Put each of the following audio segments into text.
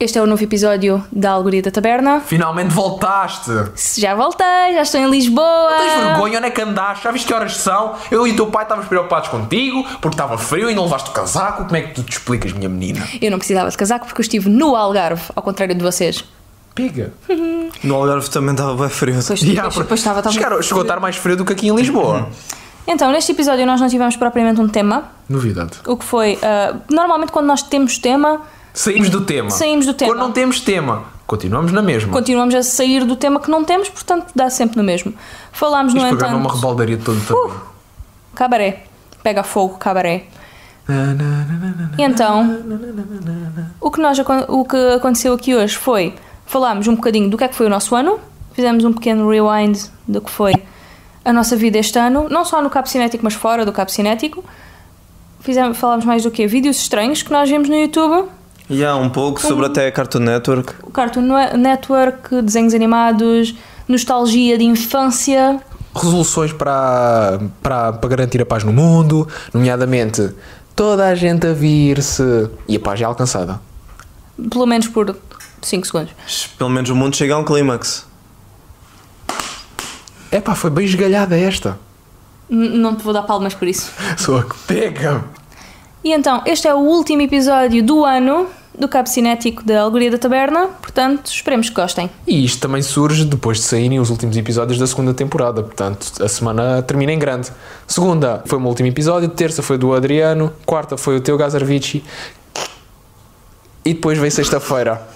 Este é o novo episódio da Algoria da Taberna. Finalmente voltaste! Se Já voltei, já estou em Lisboa. Tens vergonha, onde é que andaste? Já viste que horas são? Eu e o teu pai estávamos preocupados contigo porque estava frio e não levaste o casaco. Como é que tu te explicas, minha menina? Eu não precisava de casaco porque eu estive no Algarve, ao contrário de vocês. Pega! No Algarve também estava bem frio. Pois- E há- depois estava- estava- Chegaram- Chegou a estar mais frio do que aqui em Lisboa. Então, neste episódio nós não tivemos propriamente um tema, Novidade. o que foi. ah, normalmente, quando nós temos tema, Saímos do tema. Saímos do tema. Quando não temos tema, continuamos na mesma. continuamos a sair do tema que não temos, portanto dá sempre no mesmo. Falámos, no este programa é uma entanto. rebaldaria de todo uh. Cabaré. Pega fogo, cabaré. E então, o que, nós, acon- o que aconteceu aqui hoje foi falámos um bocadinho do que é que foi o nosso ano, fizemos um pequeno rewind do que foi a nossa vida este ano, não só no Cabo Cinético, mas fora do Cabo Cinético. Fizemos, falámos mais do que Vídeos estranhos que nós vimos no YouTube, E há um pouco sobre até a Cartoon Network. o Cartoon Ne- Network, desenhos animados, nostalgia de infância. Resoluções para, para, para garantir a paz no mundo, nomeadamente toda a gente a vir-se. E a paz é alcançada. pelo menos por 5 segundos. Pelo menos o mundo chega a um clímax. Epá, foi bem esgalhada esta. N- não te vou dar palmas por isso. Só que pega! E então, este é o último episódio do ano do Cabo Cinético da Alegoria da Taberna, portanto, esperemos que gostem. E isto também surge depois de saírem os últimos episódios da segunda temporada, portanto a semana termina em grande. Segunda foi o meu último episódio, terça foi do Adriano, quarta foi o teu Gazarvici e depois veio sexta-feira.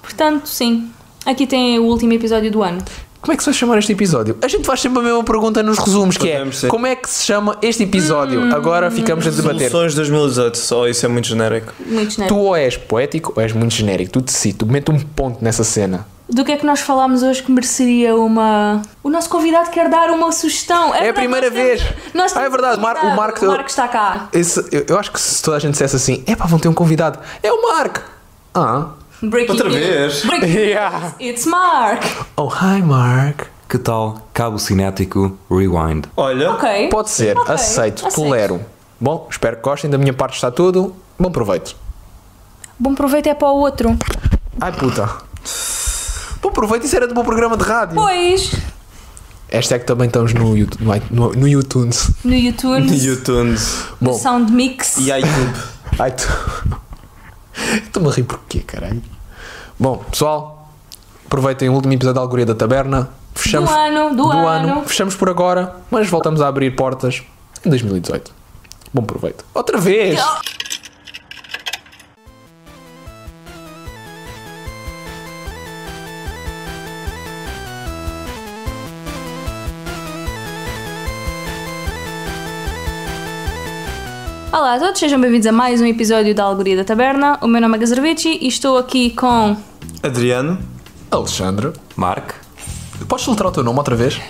Portanto, sim, aqui tem o último episódio do ano. Como é que se vai chamar este episódio? A gente faz sempre a mesma pergunta nos resumos, que é Podemos ser. Hum. como é que se chama este episódio? Agora ficamos a debater. Soluções 2018, só isso é muito genérico. Muito Tu genérico. ou és poético ou és muito genérico, tu decides, tu mete um ponto nessa cena. Do que é que nós falámos hoje que mereceria uma. O nosso convidado quer dar uma sugestão. É verdade, a primeira nós temos- vez. nós Ah, temos é verdade, um o Mar- o convidado. Marco- O Marco está cá. Esse- eu, eu acho que se toda a gente dissesse assim, é pá, vão ter um convidado, é o Mark! Ah, Breaking Outra news. vez? Breaking Yeah. news. It's Mark. oh hi Mark! Que tal Cabo Cinético Rewind? Olha, Ok. Pode ser, Ok, aceito, tolero. Bom, espero que gostem. Da minha parte está tudo. Bom proveito. Bom proveito é para o outro. Ai puta. Bom proveito, isso era do meu programa de rádio. Pois. Hashtag também estamos no, Yout- no, i- no, no iTunes. No YouTube. no iTunes No Bom, Sound Mix. e iTube. ai tu. Estou-me a rir porquê, caralho. Bom, pessoal, aproveitem o último episódio da Algoria da Taberna. Fechamos. Do ano, do ano. Fechamos por agora, mas voltamos a abrir portas em 2018. Bom proveito. Outra vez! Olá a todos, sejam bem-vindos a mais um episódio da Alegoria da Taberna. O meu nome é Gazervici e estou aqui com. Adriano, Alexandre, Mark? podes soltar o teu nome outra vez?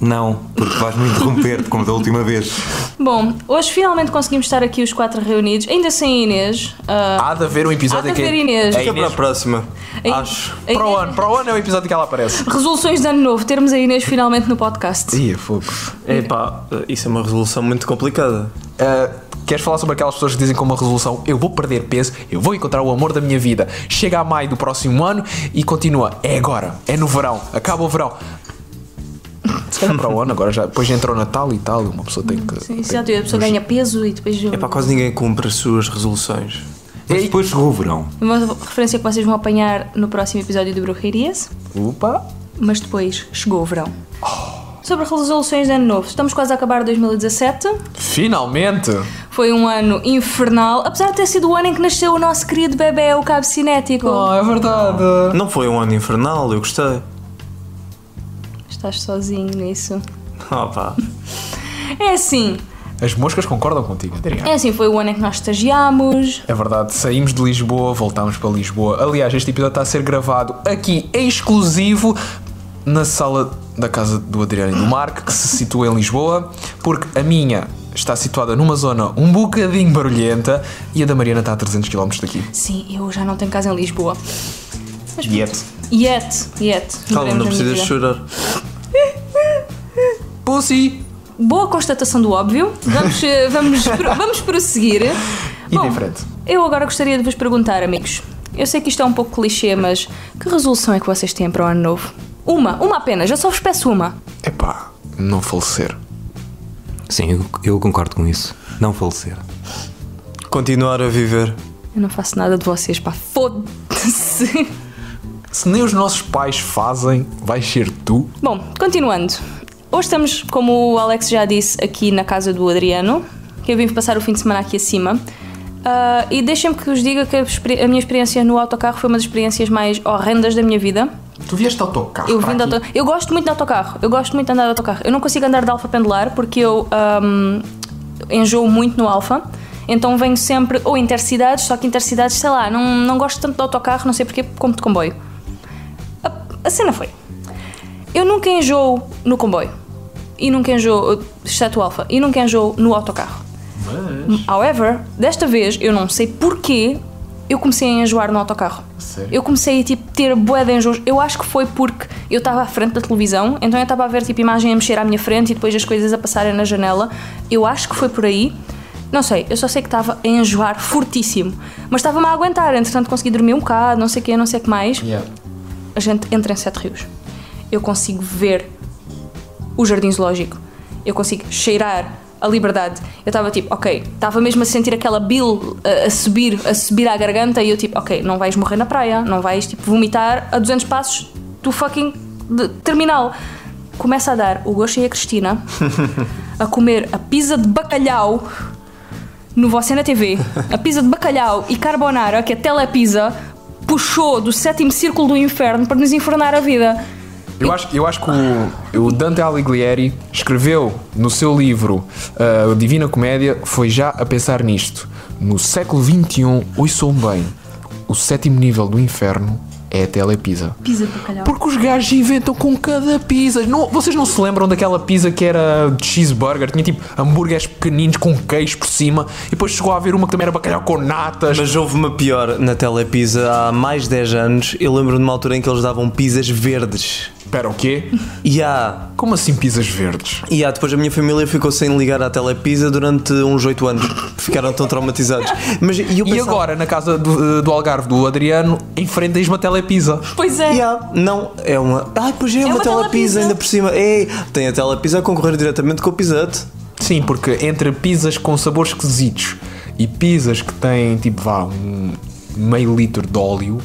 Não, porque vais-me interromper como da última vez. Bom, hoje finalmente conseguimos estar aqui os quatro reunidos, ainda sem a Inês. ah, Há de haver um episódio Há de que haver Inês. É fica para a próxima. a- Acho. a Para o Inês- ano, para o ano é o episódio que ela aparece. Resoluções de ano novo, termos a Inês finalmente no podcast. Dia, fogo. Epá, isso é uma resolução muito complicada. Eh, queres falar sobre aquelas pessoas que dizem com uma resolução eu vou perder peso, eu vou encontrar o amor da minha vida. Chega a maio do próximo ano e continua. É agora, é no verão, acaba o verão. Se calhar para o ano agora já, depois já entrou Natal e tal, uma pessoa tem que. Sim, exato, e a pessoa ganha peso e depois. Epá, quase ninguém cumpre as suas resoluções. Mas depois chegou o verão. Uma referência que vocês vão apanhar no próximo episódio do Brujeirias. Opa! mas depois chegou o verão. Oh. Sobre resoluções de ano novo, estamos quase a acabar 2017. Finalmente! Foi um ano infernal, apesar de ter sido o ano em que nasceu o nosso querido bebê, o Cabo Cinético. é verdade! Não foi um ano infernal, eu gostei. Estás sozinho nisso. Opa, É assim, As moscas concordam contigo, Adriano. é assim, foi o ano em que nós estagiámos. É verdade, saímos de Lisboa, voltámos para Lisboa. Aliás, este episódio está a ser gravado aqui em exclusivo na sala da casa do Adriano e do Marco, que se situa em Lisboa, porque a minha está situada numa zona um bocadinho barulhenta e a da Mariana está a 300 km daqui. Sim, eu já não tenho casa em Lisboa. Mas pronto. Yet. Yet, yet. calma, não Veremos na minha precisas vida. chorar. Pussy! Boa constatação do óbvio. Vamos, eh, vamos, pro- vamos prosseguir. E Bom, diferente. Eu agora gostaria de vos perguntar, amigos. Eu sei que isto é um pouco clichê, mas que resolução é que vocês têm para o ano novo? Uma, uma apenas, eu só vos peço uma. Epá, não falecer. Sim, eu, eu concordo com isso. Não falecer. Continuar a viver. Eu não faço nada de vocês, pá, foda-se. Se nem os nossos pais fazem, vais ser tu. Bom, continuando. Hoje estamos, como o Alex já disse, aqui na casa do Adriano, que eu vim passar o fim de semana aqui acima. Ah, e deixem-me que vos diga que a, experi- a minha experiência no autocarro foi uma das experiências mais horrendas da minha vida. Tu vieste autocarro. Eu para vim de aqui? auto... Eu gosto muito de autocarro. Eu gosto muito de andar de autocarro. Eu não consigo andar de alfa pendular porque eu ahm, enjoo muito no alfa. Então venho sempre ou intercidades, só que intercidades, sei lá, não, não gosto tanto de autocarro, não sei porquê, como de comboio. A, a cena foi. Eu nunca enjoo no comboio. E nunca enjoo, exceto o alfa, e nunca enjoo no autocarro. However, desta vez, eu não sei porquê, eu comecei a enjoar no autocarro. Sério? Eu comecei a tipo, ter bué de enjoos. Eu acho que foi porque eu estava à frente da televisão, então eu estava a ver tipo, imagem a mexer à minha frente e depois as coisas a passarem na janela. Eu acho que foi por aí. Não sei, eu só sei que estava a enjoar fortíssimo. Mas estava-me a aguentar, entretanto consegui dormir um bocado, não sei o que, não sei o que mais. Yeah. A gente entra em Sete Rios. Eu consigo ver o jardim zoológico. Eu consigo cheirar a liberdade. Eu estava tipo, ok, estava mesmo a sentir aquela bile a, a subir, a subir à garganta e eu tipo, ok, não vais morrer na praia, não vais tipo vomitar a 200 passos do fucking de- terminal. Começa a dar o gosto e a Cristina a comer a pizza de bacalhau no Você na TV, a pizza de bacalhau e carbonara, que é telepizza, puxou do sétimo círculo do inferno para nos enfornar a vida. Eu acho, eu acho que o, o Dante Alighieri escreveu no seu livro uh, Divina Comédia, foi já a pensar nisto. No século XXI, ouçam bem, o sétimo nível do inferno é a telepisa. Pizza de bacalhau. Porque os gajos inventam com cada pizza. Não- vocês não se lembram daquela pizza que era de cheeseburger? Tinha tipo hambúrgueres pequeninos com queijo por cima. E depois chegou a haver uma que também era bacalhau com natas. Mas houve uma pior na Telepisa há mais de 10 anos. Eu lembro de uma altura em que eles davam pizzas verdes. Espera, o quê? E há. Como assim pizzas verdes? E há, depois a minha família ficou sem ligar à Telepisa durante uns 8 anos. Ficaram tão traumatizados. Mas e eu E pensava- agora, na casa do, do Algarve do Adriano, enfrentas uma telepisa. Pois é. Yeah, não, é uma. Ah, pois é, uma, uma tela telepisa. pisa ainda por cima. Ei, tem a tela pisa a concorrer diretamente com o pisate. Sim, porque entre pizzas com sabores esquisitos e pizzas que têm, tipo, vá, um meio litro de óleo,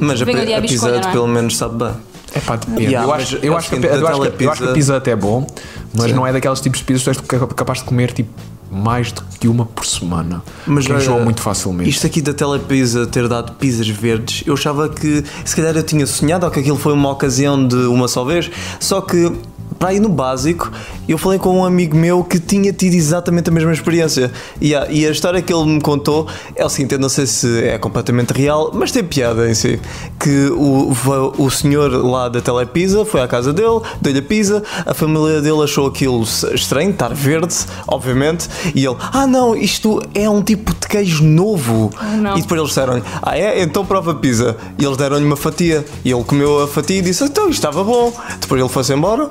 Mas a, Vem ali pi- a a biscoia, não pisate é? pelo menos sabe bem. é pá, depende. Yeah, eu, mas acho, é o eu, acho que, a- seguinte, a eu, acho que, eu acho que a telepizza- pizza até é bom, mas Sim. não é daqueles tipos de pizzas que tu és capaz de comer, tipo, mais do que uma por semana. Mas Mas que enjoa olha, muito facilmente. Isto aqui da Telepisa ter dado pizzas verdes, eu achava que se calhar eu tinha sonhado ou que aquilo foi uma ocasião de uma só vez, só que para ir no básico, eu falei com um amigo meu que tinha tido exatamente a mesma experiência. E a, e a história que ele me contou é o seguinte: eu não sei se é completamente real, mas tem piada em si. Que o, o senhor lá da Telepisa foi à casa dele, deu-lhe a pizza, a família dele achou aquilo estranho, estar verde, obviamente, e ele, ah não, isto é um tipo de queijo novo. não. E depois eles disseram ah é? Então prova pizza. E eles deram-lhe uma fatia. E ele comeu a fatia e disse, então isto estava bom. Depois ele foi-se embora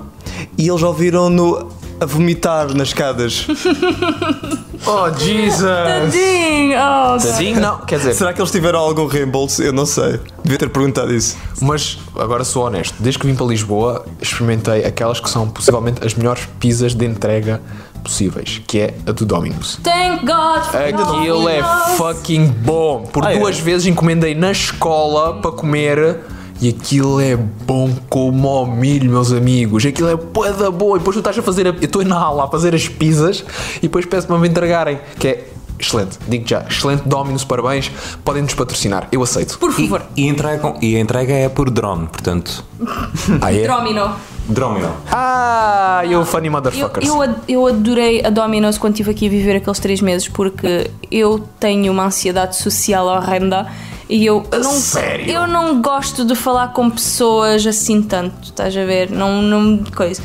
e eles ouviram-no a vomitar nas escadas. Oh, Jesus! Tadinho! Oh, God. Sim, não, quer dizer, Será que eles tiveram algum reembolso? Eu não sei. Devia ter perguntado isso. mas agora sou honesto, desde que vim para Lisboa, experimentei aquelas que são possivelmente as melhores pizzas de entrega possíveis, que é a do Domino's. Thank God for Aquilo é Domino's. fucking bom. Por Ah, é? duas vezes encomendei na escola para comer. E aquilo é bom como ao milho, meus amigos. Aquilo é poeda boa. E depois tu estás a fazer. A... Eu estou na aula a fazer as pizzas e depois peço-me a me entregarem. Que é excelente. Digo já. Excelente Dominus, parabéns. Podem nos patrocinar. Eu aceito. Por favor, E, entrega, e a entrega é por drone, portanto. Ah, é? Domino. Drone, não. Ah, eu funny Eu, motherfuckers. eu, ad- eu adorei a Domino's quando estive aqui a viver aqueles três meses porque eu tenho uma ansiedade social horrenda e eu não, sério? eu não gosto de falar com pessoas assim tanto, estás a ver? Não, não coisa.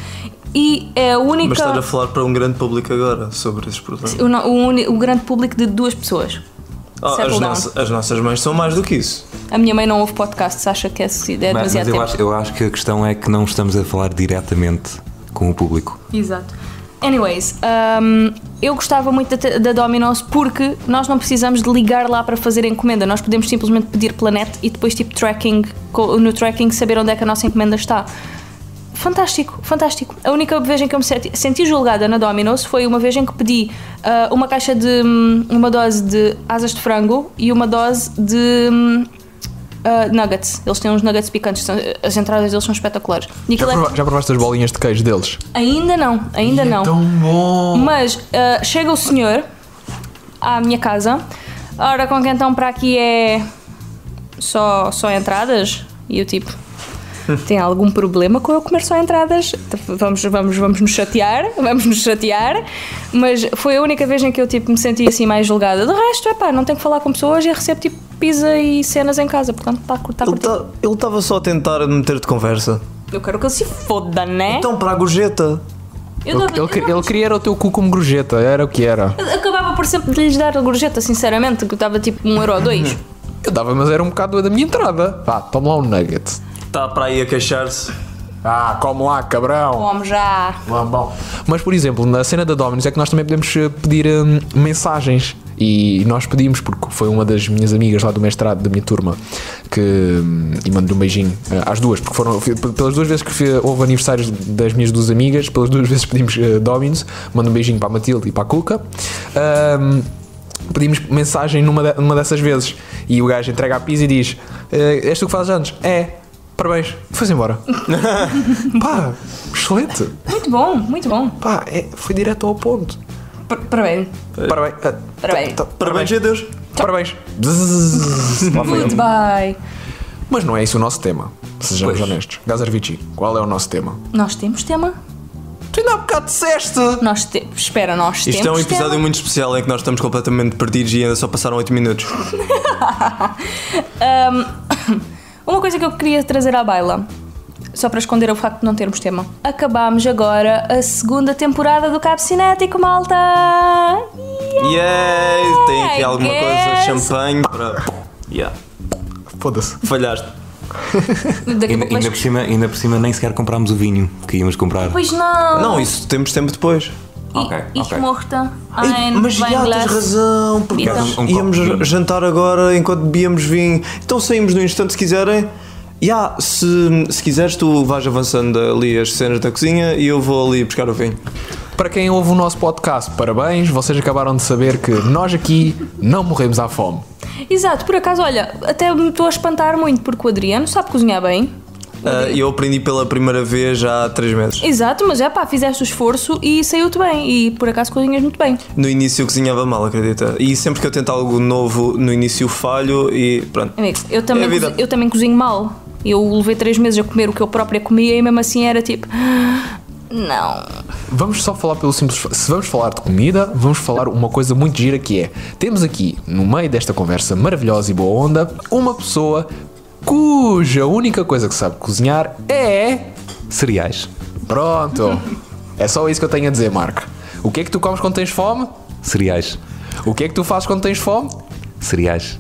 E é a única. Mas estar a falar para um grande público agora sobre esses problemas. o, no- o uni- o grande público de duas pessoas. Ah, Settle as, down. nossas, as nossas mães são mais do que isso. A minha mãe não ouve podcasts, acha que é, é Mas, mas demasiado eu, tempo. acho, eu acho que a questão é que não estamos a falar diretamente com o público. Exato. Anyways, hum, eu gostava muito da, da Domino's porque nós não precisamos de ligar lá para fazer a encomenda. Nós podemos simplesmente pedir pela net e depois, tipo, tracking, co- no tracking, saber onde é que a nossa encomenda está. Fantástico, fantástico. A única vez em que eu me senti, senti julgada na Domino's foi uma vez em que pedi ah, uma caixa de. hum, uma dose de asas de frango e uma dose de. hum, ah, nuggets. Eles têm uns nuggets picantes, são- as entradas deles são espetaculares. E Já, então aquilo é- prova- já provaste as bolinhas de queijo deles? Ainda não, ainda não. É Tão bom! Mas ah, chega o senhor à minha casa. Ora, com que então para aqui é só, só entradas? E eu tipo, tem algum problema com eu comer só entradas? Vamos, vamos, vamos nos chatear, vamos nos chatear. Mas foi a única vez em que eu tipo, me senti assim mais julgada. De resto, é pá, não tenho que falar com pessoas e recebo tipo pizza e cenas em casa. Portanto, está tá Ele curtido. tá- Ele estava só a tentar meter de conversa. Eu quero que ele se foda, né? Então, para a gorjeta. eu Ele, dava- eu ele, dava- ele queria era o teu cu como gorjeta, era o que era. Eu Acabava por sempre de lhes dar a gorjeta, sinceramente, que eu estava tipo um euro ou dois. Eu dava, mas era um bocado da minha entrada. Pá, toma lá um nugget. Está para aí a queixar-se. Ah, come lá, cabrão. Como já. Lambão. Mas, por exemplo, na cena da Dominos é que nós também podemos eh, pedir hum, mensagens. E nós pedimos, porque foi uma das minhas amigas lá do mestrado, da minha turma, que. hum, e mando um beijinho eh, às duas, porque foram. f- pelas duas vezes que fi- houve aniversários das minhas duas amigas, pelas duas vezes pedimos eh, Dominos. Mando um beijinho para a Matilde e para a Cuca. Hum, pedimos mensagem numa, de- numa dessas vezes e o gajo entrega a pizza e diz "Eh, és tu que fazes anos? É, parabéns e foi-se embora pá, excelente Muito bom, muito bom. pá, é- foi direto ao ponto Par- Parabéns. parabéns ah, tá- Parabéns. tá- Parabéns a Deus. parabéns Bzzz, lá foi ele. Goodbye. mas não é isso o nosso tema sejamos Pois. honestos Gazer Vici, qual é o nosso tema? Nós temos tema? tu ainda há bocado disseste Nós te... Espera, nós temos Isto é um episódio tema? muito especial em que nós estamos completamente perdidos e ainda só passaram 8 minutos. Ahm, Um, uma coisa que eu queria trazer à baila, só para esconder o facto de não termos tema. Acabámos agora a segunda temporada do Cabo Cinético, malta! Yay! Tem aqui alguma guess. coisa, champanhe para. Yeah. foda-se Falhaste. Daqui a Ainda, pouco ainda vais... por cima, ainda por cima nem sequer comprámos o vinho que íamos comprar. Pois não! Não, isso temos tempo depois. E, Ok, e ok. morta. Ei, Ein mas já tens Weinglas. razão, porque Então. nós Um copo íamos de vinho. jantar agora enquanto bebíamos vinho. Então saímos no instante se quiserem. Yeah, se, se quiseres, tu vais avançando ali as cenas da cozinha e eu vou ali buscar o vinho. para quem ouve o nosso podcast, parabéns vocês acabaram de saber que nós aqui não morremos à fome Exato, por acaso, olha, até me estou a espantar muito porque o Adriano sabe cozinhar bem. Ah, eu aprendi pela primeira vez há 3 meses. Exato, mas é pá, fizeste o esforço e saiu-te bem. E por acaso cozinhas muito bem. No início eu cozinhava mal, acredita? E sempre que eu tento algo novo, no início falho e pronto. Amigo, eu também, É a vida. cozi- eu também cozinho mal. Eu levei três meses a comer o que eu própria comia e mesmo assim era tipo. "Ah, Não. Vamos só falar pelo simples. fa- Se vamos falar de comida, vamos falar uma coisa muito gira que é: temos aqui, no meio desta conversa maravilhosa e boa onda, uma pessoa cuja única coisa que sabe cozinhar é. Cereais. Pronto! É só isso que eu tenho a dizer, Marco. O que é que tu comes quando tens fome? Cereais. O que é que tu fazes quando tens fome? Cereais.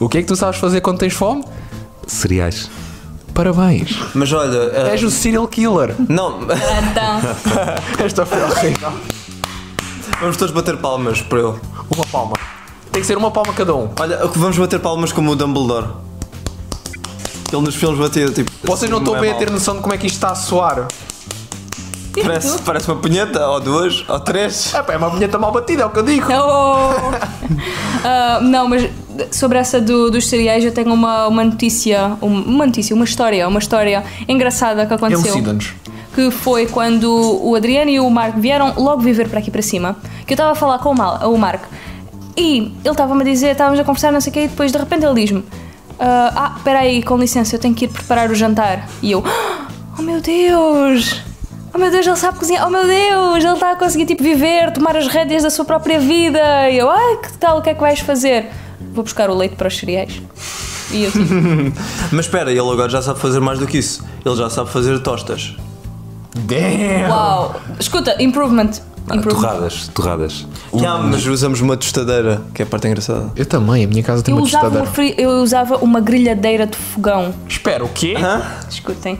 O que é que tu sabes fazer quando tens fome? Cereais. Parabéns! Mas olha. ah, És um o serial killer! Não, Então, Esta foi horrível. vamos todos bater palmas por ele. Uma palma. Tem que ser uma palma cada um. Olha, vamos bater palmas como o Dumbledore. Ele nos filmes batia tipo. Vocês não assim, estão é bem a mau. ter noção de como é que isto está a soar. Tipo, Parece, parece uma punheta, ou duas, ou três. É, pá, é uma vinheta mal batida, é o que eu digo. Oh. Ah, não, mas sobre essa do- dos cereais eu tenho uma, uma notícia, um- uma notícia, uma história, uma história engraçada É um que aconteceu. Elucida-nos. Que foi quando o Adriano e o Marco vieram logo viver para aqui para cima. Que eu estava a falar com o, Mal, o Marco e ele estava-me a dizer, estávamos a conversar, não sei o quê, e depois de repente ele diz-me: "Ah, Ah, espera aí, com licença, eu tenho que ir preparar o jantar. E eu: Oh meu Deus! Oh meu Deus, ele sabe cozinhar. Oh meu Deus, ele está a conseguir tipo viver, tomar as rédeas da sua própria vida. E eu, ai, que tal, o que é que vais fazer? Vou buscar o leite para os cereais. E eu tipo, Mas espera, ele agora já sabe fazer mais do que isso. Ele já sabe fazer tostas. Damn! uau. Escuta, improvement. Ah, improvement. torradas. Torradas. Já, mas usamos uma tostadeira, que é a parte engraçada. Eu também, a minha casa tem Eu uma usava um- uma, tostadeira. fri- eu usava uma grilhadeira de fogão. Espera, o quê? Hã? Escutem.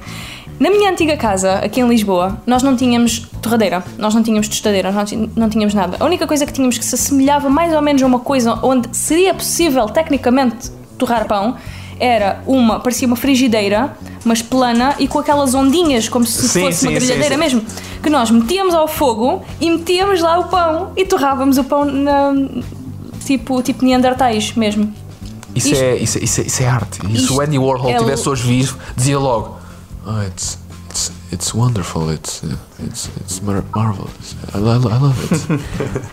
Na minha antiga casa, aqui em Lisboa, nós não tínhamos torradeira, nós não tínhamos tostadeira, nós não ti- não tínhamos nada. A única coisa que tínhamos que se assemelhava mais ou menos a uma coisa onde seria possível, tecnicamente, torrar pão era uma, parecia uma frigideira, mas plana e com aquelas ondinhas, como se Sim, fosse sim, uma sim, grelhadeira sim. mesmo, que nós metíamos ao fogo e metíamos lá o pão e torrávamos o pão na. Tipo, tipo Neandertais mesmo. Isso, Isto- é, isso, é- isso, é, isso é arte. E se Isto o Andy Warhol é o- estivesse hoje vivo, dizia logo: "Ah, it's, it's, it's wonderful, it's, uh, it's, it's mar marvelous. I, lo- I love it.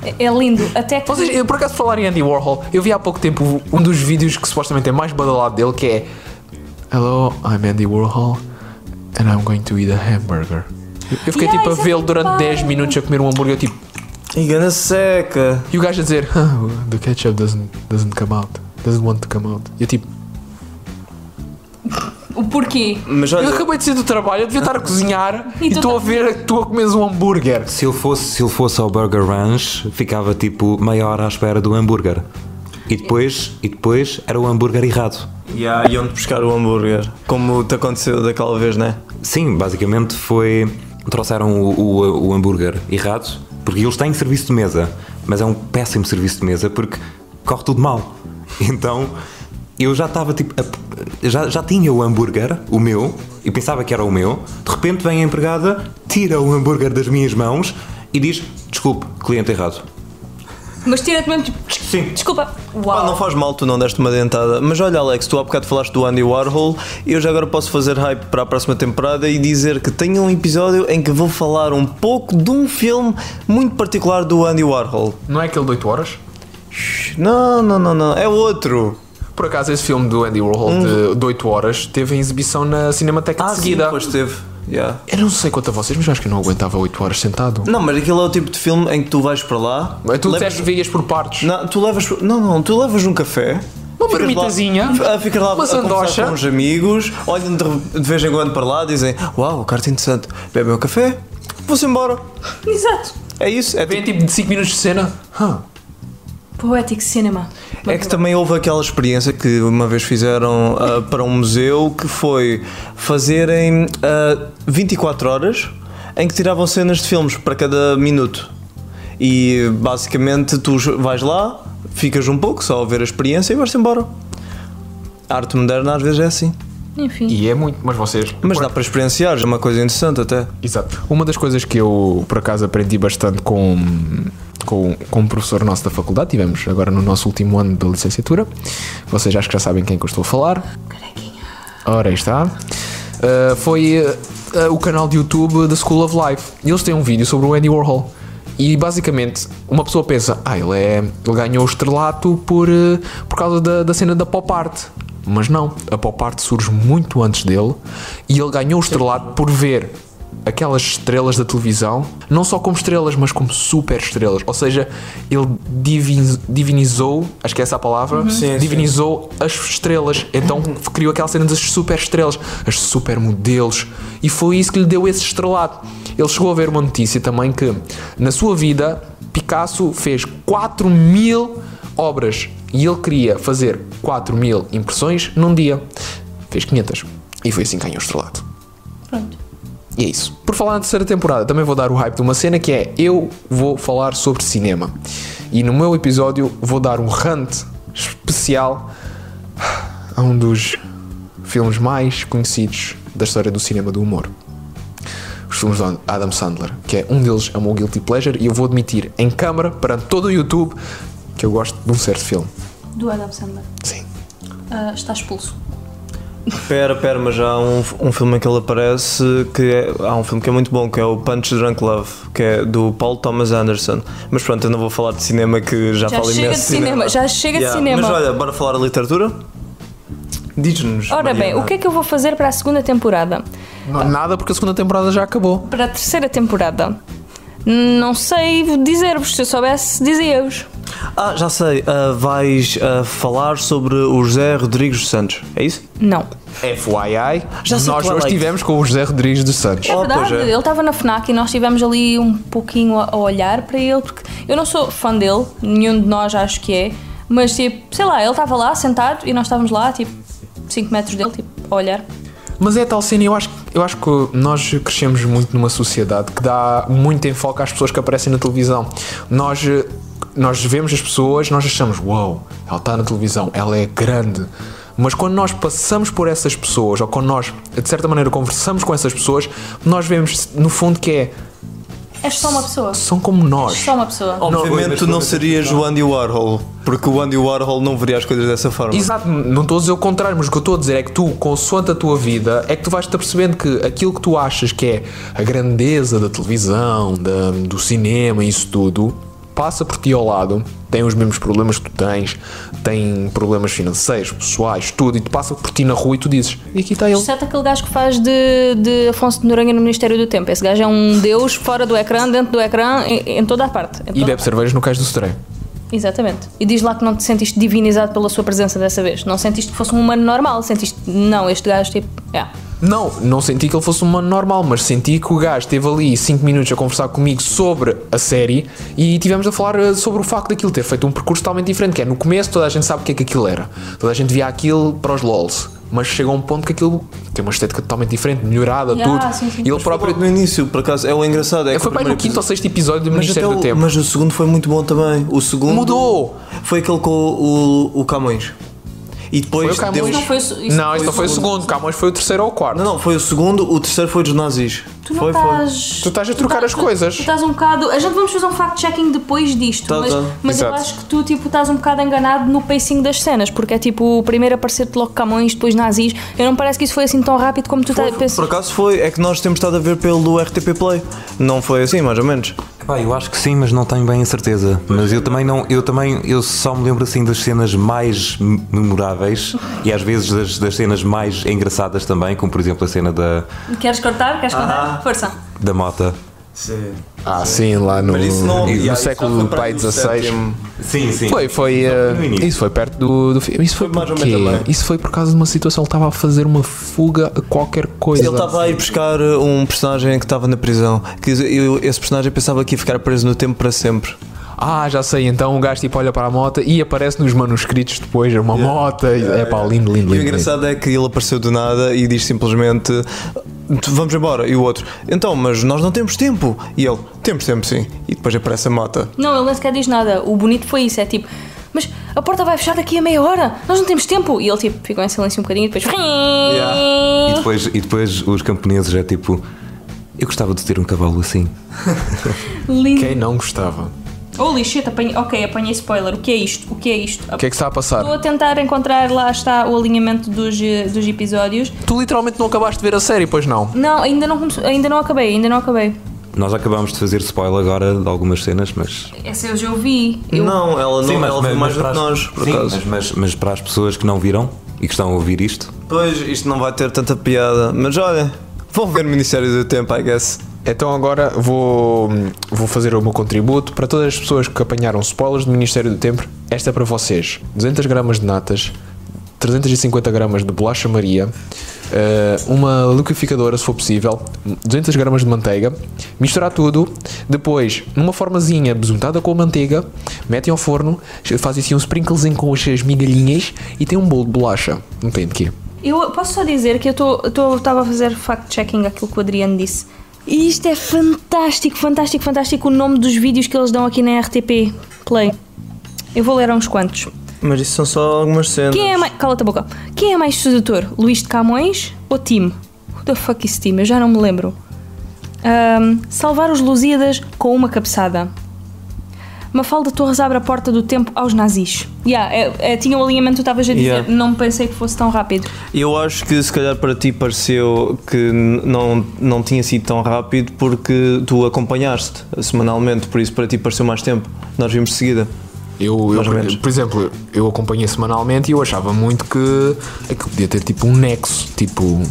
É- É lindo. Até que. Vocês, eu, por acaso, falar em Andy Warhol, eu vi há pouco tempo um dos vídeos que supostamente é mais badalado dele, que é Hello, I'm Andy Warhol and I'm going to eat a hamburger. Eu eu fiquei Yeah, tipo a isso é vê-lo muito bom. durante 10 minutos a comer um hambúrguer, eu, tipo, Engana seca. e o gajo a dizer: "Ah, The ketchup doesn't, doesn't come out, doesn't want to come out. E eu tipo, O porquê? Mas olha, Eu acabei de sair do trabalho, eu devia estar a cozinhar e E tu estou a tá- ver que tu a comes um hambúrguer. Se ele, fosse, se ele fosse ao Burger Ranch, ficava tipo meia hora à espera do hambúrguer. E depois, e depois era o hambúrguer errado. yeah, iam de buscar o hambúrguer. Como te aconteceu daquela vez, né? Sim, basicamente foi. Trouxeram o, o, o hambúrguer errado, porque eles têm serviço de mesa, mas é um péssimo serviço de mesa porque corre tudo mal. Então eu já estava tipo. a- já, já tinha o hambúrguer, o meu, e pensava que era o meu. De repente vem a empregada, tira o hambúrguer das minhas mãos e diz: Desculpe, cliente errado. Mas tira-te mesmo tipo. Sim. Desculpa. Pá, Uau. um Não é aquele de 8 horas? Não, não, não, não. É outro. Por acaso, esse filme do Andy Warhol de, de 8 horas teve em exibição na Cinemateca Ah, de seguida. depois teve. Yeah. Eu não sei quanto a vocês, mas eu acho que eu não aguentava 8 horas sentado. Não, mas aquele é o tipo de filme em que tu vais para lá. Mas tu levas- disseste vias por partes. Não, tu levas. Não, não, tu levas um café. Uma ficas lá- marmitazinha, Ah, Ficas lá uma a conversar sandocha. com uns amigos, olham de, de vez em quando para lá, dizem: Uau, carta interessante, bebem um café, vou-se embora. Exato. É isso, é, Vem tipo, tipo de 5 minutos de cena. Hã? Poetic Cinema. é que também houve aquela experiência que uma vez fizeram ah, para um museu que foi fazerem ah, 24 horas em que tiravam cenas de filmes para cada minuto. E basicamente tu vais lá, ficas um pouco só a ver a experiência e vais-te embora. A arte moderna às vezes é assim. Enfim. E é muito, mas vocês. Mas dá para experienciar, é uma coisa interessante até. Exato. Uma das coisas que eu, por acaso, aprendi bastante com, com, com um professor nosso da faculdade, tivemos agora no nosso último ano da licenciatura, vocês acho que já sabem quem é que eu estou a falar. Ora, aí está. Ah, foi ah, o canal de YouTube da School of Life. E eles têm um vídeo sobre o Andy Warhol. E basicamente, uma pessoa pensa: ah, ele, é, ele ganhou o estrelato por, ah, por causa da, da cena da pop art. Mas não, a pop art surge muito antes dele e ele ganhou o estrelato por ver aquelas estrelas da televisão, não só como estrelas, mas como super estrelas. Ou seja, ele divin- divinizou, acho que é essa a palavra, Uhum. Sim, divinizou valorizou as estrelas. Então criou aquela cena das super estrelas, as super modelos. E foi isso que lhe deu esse estrelado. Ele chegou a ver uma notícia também que, na sua vida, Picasso fez 4 mil obras. E ele queria fazer 4 mil impressões num dia. Fez 500. E foi assim que ganhou o estrelado. Pronto. E é isso. Por falar na terceira temporada, também vou dar o hype de uma cena que é eu vou falar sobre cinema. E no meu episódio vou dar um rant especial a um dos filmes mais conhecidos da história do cinema do humor. Os filmes de Adam Sandler, que é um deles é o meu guilty pleasure e eu vou admitir em câmara perante todo o YouTube que eu gosto de um certo filme. Do Adam Sandler. Sim. Ah, está expulso. Pera, pera, mas há um, um filme em que ele aparece que é, há um filme que é muito bom, que é o Punch Drunk Love, que é do Paul Thomas Anderson. Mas pronto, eu não vou falar de cinema que já, Já falo chega imenso. de cinema, já chega de Yeah, cinema. Mas olha, bora falar de literatura? Diz-nos. Ora bem, o que é que eu vou fazer para a segunda temporada? Não, nada porque a segunda temporada já acabou. Para a terceira temporada? Não sei dizer-vos. Se eu soubesse, dizia-vos. Ah, já sei, ah, vais ah, falar sobre o José Rodrigues dos Santos, é isso? Não. FYI, Já sei nós qual é hoje que- estivemos com o José Rodrigues dos Santos. É Oh, pois verdade, é. ele estava na FNAC e nós estivemos ali um pouquinho a a olhar para ele, porque eu não sou fã dele, nenhum de nós acho que é, mas tipo, sei lá, ele estava lá sentado e nós estávamos lá, tipo, 5 metros dele, tipo, a olhar. Mas é tal cena, eu acho que Eu acho que nós crescemos muito numa sociedade que dá muito enfoque às pessoas que aparecem na televisão. Nós, eh, nós vemos as pessoas, nós achamos, uau, ela está na televisão, ela é grande. Mas quando nós passamos por essas pessoas, ou quando nós, de certa maneira, conversamos com essas pessoas, nós vemos, no fundo, que é, És só uma pessoa. são como nós. Só uma pessoa. Oh. Obviamente tu não serias o Andy Warhol, porque o Andy Warhol não veria as coisas dessa forma. Exato, não estou a dizer o contrário, mas o que eu estou a dizer é que tu, consoante a tua vida, é que tu vais-te apercebendo que aquilo que tu achas que é a grandeza da televisão, da- do cinema, isso tudo, passa por ti ao lado, tem os mesmos problemas que tu tens, tem problemas financeiros, pessoais, tudo, e tu passa por ti na rua e tu dizes, e aqui está ele. Exceto aquele gajo que faz de, de Afonso de Noronha no Ministério do Tempo. Esse gajo é um deus fora do ecrã, dentro do ecrã, em, em toda a parte. Em E toda- bebe cervejas no cais do Stray. Exatamente. E diz lá que não te sentiste divinizado pela sua presença dessa vez. Não sentiste que fosse um humano normal. Sentiste, não, este gajo, tipo, é. Não, não senti que ele fosse um humano normal, mas senti que o gajo esteve ali 5 minutos a conversar comigo sobre a série e tivemos a falar eh, sobre o facto daquilo ter feito um percurso totalmente diferente, que é no começo toda a gente sabe o que é que aquilo era. Toda a gente via aquilo para os LOLs, mas chega a um ponto que aquilo tem uma estética totalmente diferente, melhorada, Ya, tudo. sim, sim. E ele próprio. Logo No início, por acaso, é o engraçado. É que Foi bem o no primeiro quinto ou sexto episódio do Mas, até Ministério o, do Tempo. mas o segundo foi muito bom também. O segundo Mudou! foi aquele com o, o Camões. E Foi depois o Camões? deu- Isso não foi o su- isso não, este foi não foi o segundo, Camões foi o terceiro ou o quarto. Não, não, foi o segundo, o terceiro foi dos nazis. Tu não foi, estás. Tu estás a trocar tá- as coisas. Tu, estás um bocado. A gente vamos fazer um fact-checking depois disto. Tá, mas tá. mas eu Exato. acho que tu tipo, estás um bocado enganado no pacing das cenas, porque é tipo, primeiro aparecer-te logo Camões, depois nazis. Eu não parece que isso foi assim tão rápido como tu foi. estás Foi, Por acaso foi, é que nós temos estado a ver pelo RTP Play. Não foi assim, mais ou menos. Epá, eu acho que sim, mas não tenho bem a certeza. Mas eu também não, eu também, eu só me lembro assim das cenas mais m- memoráveis e às vezes das, das cenas mais engraçadas também, como por exemplo a cena da, Queres cortar? Queres cortar? Força. da mota. Sim. Ah, sim, lá no, no século do pai XVI. Sim, sim. Foi, foi. eh, no início. isso foi perto do, do filme. Isso foi, Foi mais por ou quê? menos também. Isso foi por causa de uma situação. Ele estava a fazer uma fuga a qualquer coisa. Ele estava a ir buscar uh, um personagem que estava na prisão. Que eu- esse personagem pensava que ia ficar preso no tempo para sempre. Ah, já sei. Então o gajo tipo olha para a moto e aparece nos manuscritos depois. é Uma moto. é pá, lindo, lindo, E o lindo. lindo. engraçado é que ele apareceu do nada e diz simplesmente "Tu- vamos embora. E o outro, então, mas nós não temos tempo. E ele, temos tempo sim. E depois aparece a mata. Não, ele nem sequer diz nada. O bonito foi isso, é tipo. Mas a porta vai fechar daqui a meia hora, nós não temos tempo. E ele tipo ficou em silêncio um bocadinho e depois. E depois, e depois os camponeses é tipo, eu gostava de ter um cavalo assim. Lindo. Quem não gostava? Holy shit, apanhei. Ok, apanhei spoiler. O que é isto? O que é isto? O que é que está a passar? Estou a tentar encontrar, lá está o alinhamento dos, eh, dos episódios. Tu literalmente não acabaste de ver a série, pois não? Não, ainda não, comece- ainda não acabei, ainda não acabei. Nós acabámos de fazer spoiler agora de algumas cenas, mas. Essa eu já ouvi. Eu- Não, ela não, ela viu mais do que para as- nós, por sim, acaso. mas- mas- mas para as pessoas que não viram e que estão a ouvir isto, Pois, isto não vai ter tanta piada. Mas olha, vão ver o Ministério do Tempo, I guess. Então agora vou, vou fazer o meu contributo para todas as pessoas que apanharam spoilers do Ministério do Tempo. Esta é para vocês: 200 gramas de natas, 350 gramas de bolacha Maria, eh, uma liquidificadora se for possível, 200 gramas de manteiga. Misturar tudo, depois numa formazinha besuntada com a manteiga, metem ao forno, fazem assim um sprinklezinho com as suas migalhinhas e tem um bolo de bolacha. Não tem de quê? Eu posso só dizer que eu estava a fazer fact-checking aquilo que o Adriano disse. E isto é fantástico, fantástico, fantástico o nome dos vídeos que eles dão aqui na RTP Play. Eu vou ler uns quantos. Mas isso são só algumas cenas. Quem é mais. Cala-te a boca. Quem é mais sedutor? Luís de Camões ou Tim? Who the fuck is Tim? Eu já não me lembro. Ahm, salvar os Lusíadas com uma cabeçada. Mafalda Torres abre a porta do tempo aos nazis. Yeah, é, é, tinha o alinhamento que tu estavas a dizer. Yeah. Não pensei que fosse tão rápido. Eu acho que se calhar para ti pareceu que n- não, não tinha sido tão rápido porque tu acompanhaste semanalmente, por isso para ti pareceu mais tempo. Nós vimos de seguida. Eu, eu Mais ou por, menos. por exemplo, eu acompanhei semanalmente e eu achava muito que aquilo podia ter tipo um nexo, tipo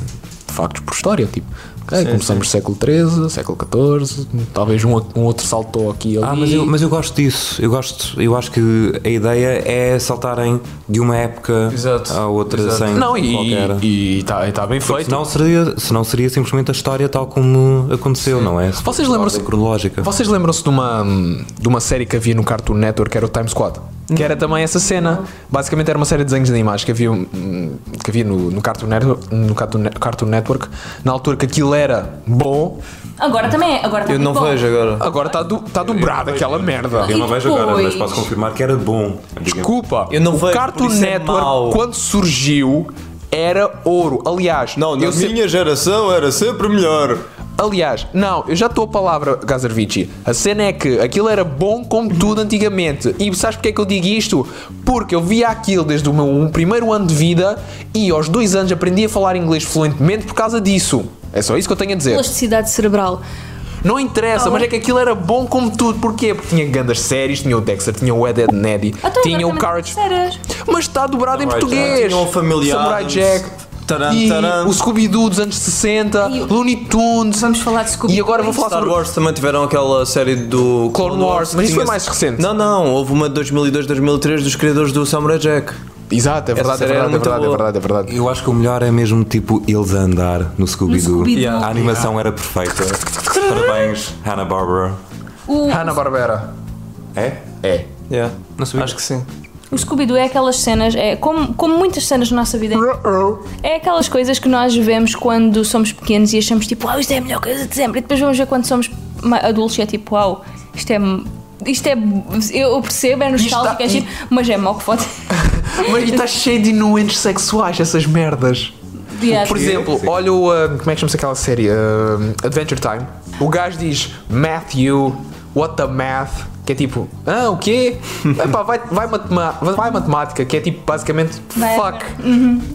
de factos por história, tipo. ok, começamos século XIII, século XIV, talvez um, um outro saltou aqui e ali. Ah, mas eu, mas eu gosto disso. Eu gosto, eu acho que a ideia é saltarem de uma época Exato. à outra Exato. sem Não, qualquer. e está bem feito. Senão seria, senão seria simplesmente a história tal como aconteceu, não é? Se fosse Vocês lembram-se- ordem cronológica. Vocês lembram-se de uma, de uma série que havia no Cartoon Network que era o Time Squad? que era também essa cena. Basicamente era uma série de desenhos de animais que havia, hum, que havia no, no, Cartoon Network, no Cartoon, Ne- Cartoon Network, na altura que aquilo era bom, Agora também é. Agora tá Eu muito não bom. vejo agora. agora está do, tá dobrada aquela merda. Eu não E vejo agora, mas depois? posso confirmar que era bom. Desculpa, Eu não o vejo, Cartoon por isso é Network, mau. quando surgiu, era ouro. Aliás, Não, na eu sempre- minha geração era sempre melhor. Aliás, não, eu já estou a palavra, Gazervici. A cena é que aquilo era bom como tudo antigamente. E sabes porque é que eu digo isto? Porque eu via aquilo desde o meu um primeiro ano de vida e aos dois anos aprendi a falar inglês fluentemente por causa disso. É só isso que eu tenho a dizer. Elasticidade cerebral. Não interessa, Oh. mas é que aquilo era bom como tudo. Porquê? Porque tinha grandes séries, tinha o Dexter, tinha o Ed, Ed Neddy, Então, tinha o um agora também Courage. Séries. Mas está dobrado em Samurai português. Jack. Tinha o Family Samurai Adams, Jack. taran, e taran. o Scooby-Doo dos anos 60, E o- Looney Tunes. Vamos falar de Scooby-Doo. E agora vou falar Star sobre. Wars também tiveram aquela série do Clone Wars, mas isso Tinha- foi mais recente. Não, não, houve uma de 2002, 2003 dos criadores do Samurai Jack. Exato, é verdade, é série verdade, era é muito verdade, é boa. verdade, é verdade. Eu acho que o melhor é mesmo tipo eles a andar no Scooby-Doo. Scooby-Doo. Yeah. A animação era perfeita. Parabéns, Hanna-Barbera. O, Hanna-Barbera. É? É. Yeah. Não sabia. Acho que sim. o Scooby-Doo é aquelas cenas, é como, como muitas cenas na nossa vida, é aquelas coisas que nós vemos quando somos pequenos e achamos tipo, uau, isto é a melhor coisa de sempre. E depois vamos ver quando somos ma- adultos e é tipo, uau, isto é. Isto é. Eu percebo, é tá-" nostálgico, é Isto giro, mas é mau que foda. Mas está cheio de inuentes sexuais, essas merdas. Yeah. Por exemplo, Sim. olha o. ah, como é que chama-se aquela série? Ah, Adventure Time. O gajo diz Matthew, what the math? Que é tipo, ah, o quê? Epá, vai, vai, matema- vai matemática, que é tipo, basicamente, Vai- fuck.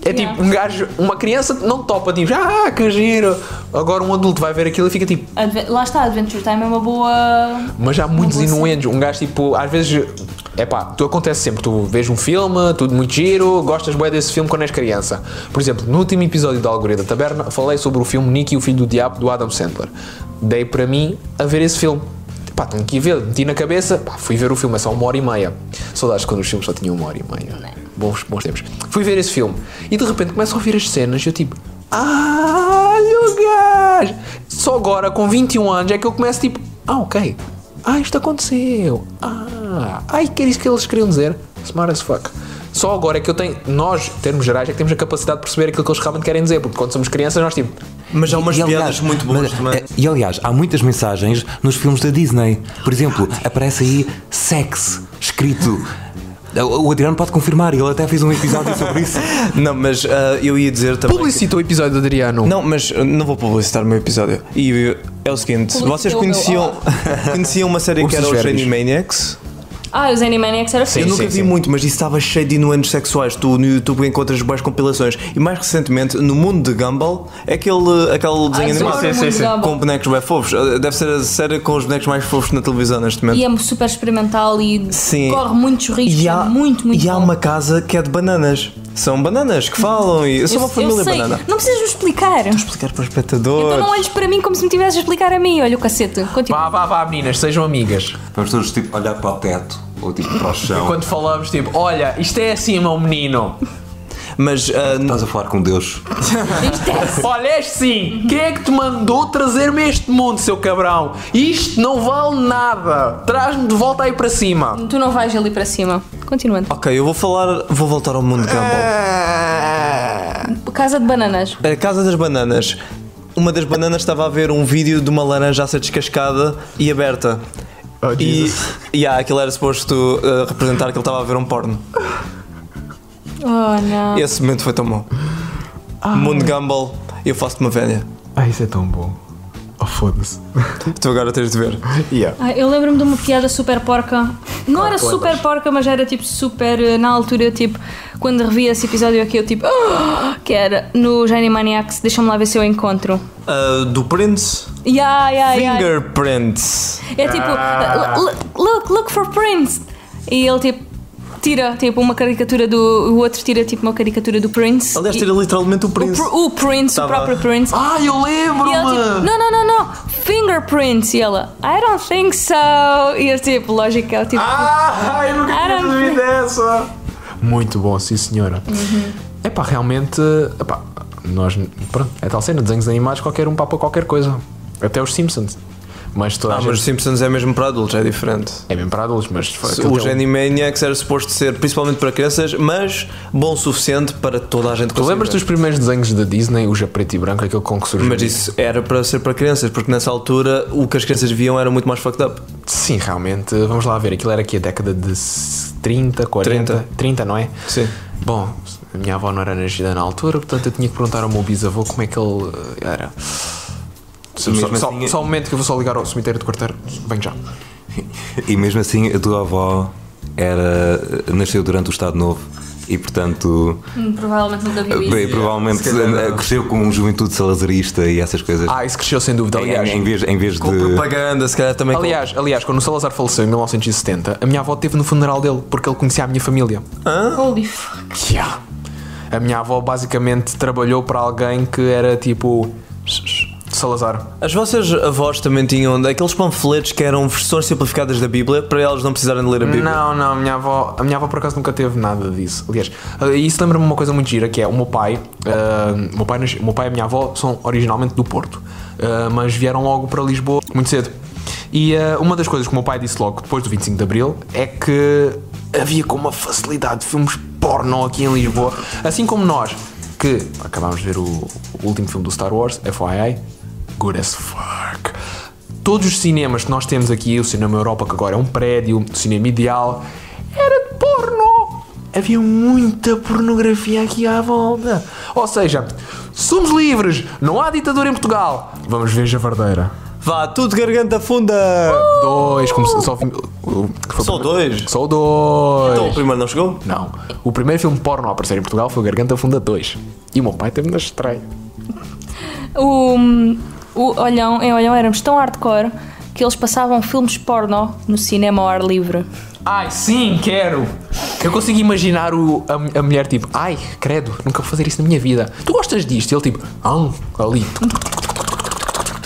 É yeah. tipo, um gajo, uma criança não topa, tipo, ah, que giro. Agora um adulto vai ver aquilo e fica tipo, Adve- lá está, Adventure Time é uma boa. Mas há muitos Uma boa inuendos. Um gajo tipo, às vezes. É pá, tu acontece sempre. Tu vês um filme, tudo muito giro, gostas bem desse filme quando és criança. Por exemplo, no último episódio da Algoritmo da Taberna, falei sobre o filme Nick e o Filho do Diabo do Adam Sandler. Dei para mim a ver esse filme. Pá, tenho que ir ver, meti na cabeça, pá, fui ver o filme, é só uma hora e meia. Saudades quando os filmes só tinham uma hora e meia. Bons, bons tempos. Fui ver esse filme e de repente começo a ouvir as cenas e eu tipo, ah, o gajo! Só agora, com 21 anos, é que eu começo tipo, ah, ok, ah, isto aconteceu. Ah, ai, que era isso que eles queriam dizer. Smart as fuck. Só agora é que eu tenho, nós, em termos gerais, é que temos a capacidade de perceber aquilo que eles realmente querem dizer, porque quando somos crianças nós tipo. Mas há umas piadas muito boas mas- também. é- eh, E aliás, há muitas mensagens nos filmes da Disney. Por exemplo, aparece aí sex escrito. O o Adriano pode confirmar, ele até fez um episódio sobre isso. Não, mas ah, eu ia dizer também. que- Publicita o episódio do Adriano. Não, mas uh, não vou publicitar o meu episódio. E uh, é o seguinte: Publicita vocês o meu, conheciam, conheciam uma série que era os Ursos Verdes. Animaniacs? Ah, os Animaniacs era Sim, Eu fixe. nunca vi muito, mas isso estava cheio de inuendos sexuais. Tu no YouTube encontras boas compilações. E mais recentemente, no mundo de Gumball, é aquele, aquele desenho Ah, adoro o Sim, animado sim, mundo de sim. Gumball. com bonecos bem fofos. Uh, Deve ser a série com os bonecos mais fofos na televisão neste momento. E é super experimental e Sim. corre muitos riscos. E há, é muito, muito e há bom. uma casa que é de bananas. São bananas que falam e. Eu sou Eu- uma eu família sei. banana. Não precisas me explicar. Explicar para os espectadores. Então não olhes para mim como se me tivesses a explicar a mim. Olha o cacete. Continua. Vá, vá, vá, meninas, sejam amigas. Vamos todos tipo olhar para o teto ou tipo para o chão. Quando falamos, tipo, olha, isto é assim, meu menino. Mas ah, Estás a falar com Deus. Isto é- Olha, é assim, quem é que te mandou trazer-me este mundo, seu cabrão? Isto não vale nada. Traz-me de volta aí para cima. Tu não vais ali para cima. Continuando. Ok, eu vou falar, vou voltar ao mundo de Gumball. Casa de Bananas. A Casa das Bananas. Uma das bananas estava a ver um vídeo de uma laranja a ser descascada e aberta. Oh, e Jesus. e ah, aquilo era suposto ah, representar que ele estava a ver um porno. Oh, não. Esse momento foi tão bom. Mundo Gumball, eu faço-te uma velha. Ah, isso é tão bom. Oh, foda-se. Tu agora tens de ver. Ah, eu lembro-me de uma piada super porca. Não era super porca, mas era tipo super. eh, Na altura, eu tipo. Quando revi esse episódio aqui, eu tipo. "Ah!" que era no Genie Maniacs. Deixa-me lá ver se eu encontro. Ah, do Prince, Yeah, yeah, yeah. Fingerprints. É tipo, "L- look, look for Prince. E ele tipo tira tipo uma caricatura do. O outro tira tipo uma caricatura do Prince. Aliás, E- tira literalmente o o, Prince. pr- o Prince, Tava- o próprio Prince. Ah, eu E ele tipo, lembro-me! não, não, não, não, fingerprints. E ela, I don't think so. E eu tipo, lógico que ela tipo, Ah, eu nunca Era- assim. tinha percebido essa! Muito bom, sim senhora. É pá, realmente. Epá, nós. Pronto, é tal cena, desenhos animados, qualquer um papa qualquer coisa. Até os Simpsons. Mas toda a Ah, gente- mas os Simpsons é mesmo para adultos, é diferente. É mesmo para adultos, mas foi aquilo O tem um- Genie Maniacs era suposto ser principalmente para crianças, mas bom o suficiente para toda a gente Tu lembras conseguir dos primeiros desenhos da Disney, o a preto e branco, aquele com que ver. surgiu? Mas isso era para ser para crianças, porque nessa altura o que as crianças viam era muito mais fucked up. Sim, realmente. Vamos lá ver. Aquilo era aqui a década de s- 30, 40. 30, 30. não é? Sim. Bom, a minha avó não era nascida na altura, portanto eu tinha que perguntar ao meu bisavô como é que ele eh, era. Só, mesmo só- assim- só um momento que eu vou só ligar ao cemitério do quarteiro. Venho já. E mesmo assim, a tua avó era, nasceu durante o Estado Novo e, portanto, Hum, Provavelmente nunca viu isso. bem, provavelmente eh, Se calhar não. cresceu com um juventude salazarista e essas coisas. Ah, isso cresceu sem dúvida. Em- Aliás, em, vez, em vez Com de. propaganda, se calhar também. com- aliás, aliás, quando o Salazar faleceu em 1970, a minha avó esteve no funeral dele porque ele conhecia a minha família. Holy fuck. Yeah. A minha avó basicamente trabalhou para alguém que era tipo. Salazar. As vossas avós também tinham aqueles panfletos que eram versões simplificadas da Bíblia para elas não precisarem de ler a Bíblia. Não, não, a minha avó, a minha avó por acaso nunca teve nada disso. Aliás, eh, isso lembra-me uma coisa muito gira que é o meu pai, eh, o meu pai, nas- o meu pai e a minha avó são originalmente do Porto, eh, mas vieram logo para Lisboa muito cedo. E eh, uma das coisas que o meu pai disse logo depois do 25 de Abril é que havia com uma facilidade de filmes porno aqui em Lisboa, assim como nós, que acabámos de ver o, o último filme do Star Wars, FYI, good as fuck todos os cinemas que nós temos aqui, o Cinema Europa, que agora é um prédio, o Cinema Ideal, era de porno. Havia muita pornografia aqui à volta. Ou seja, somos livres, não há ditadura em Portugal. Vamos ver Javardeira. Vá, tudo garganta funda! Uh! Dois, como se- só, o- que foi o Só primeiro- dois? Só dois. Então o primeiro não chegou? Não. O primeiro filme porno a aparecer em Portugal foi o Garganta Funda 2. E o meu pai teve na estreia. O, hum, o Olhão, em Olhão éramos tão hardcore que eles passavam filmes pornó no cinema ao ar livre. Ai, sim, quero! Eu consigo imaginar o, a, a mulher tipo, ai, credo, nunca vou fazer isso na minha vida. Tu gostas disto? E ele tipo, ah, ali. Tu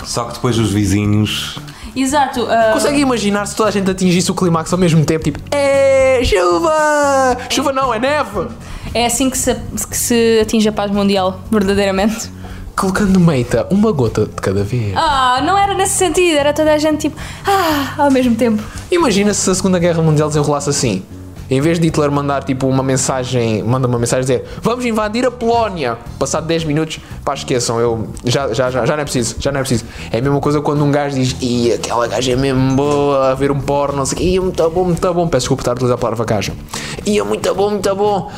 Só que depois os vizinhos. Exato. ah, consegue imaginar se toda a gente atingisse o clímax ao mesmo tempo? Tipo, é chuva! Chuva não, é neve! é assim que se, que se atinge a paz mundial, verdadeiramente. Colocando meita, uma gota de cada vez. Ah, não era nesse sentido, era toda a gente tipo, ah, ao mesmo tempo. Imagina se a Segunda Guerra Mundial desenrolasse assim. Em vez de Hitler mandar tipo uma mensagem, manda uma mensagem dizer vamos invadir a Polónia. Passado 10 minutos, pá, esqueçam, eu já, já, já, já não é preciso, já não é preciso. É a mesma coisa quando um gajo diz e aquela gaja é mesmo boa a ver um porno, não sei o quê, "Ih, muito bom, muito bom. Peço desculpa estar a utilizar a palavra gaja. E é muito bom, muito bom.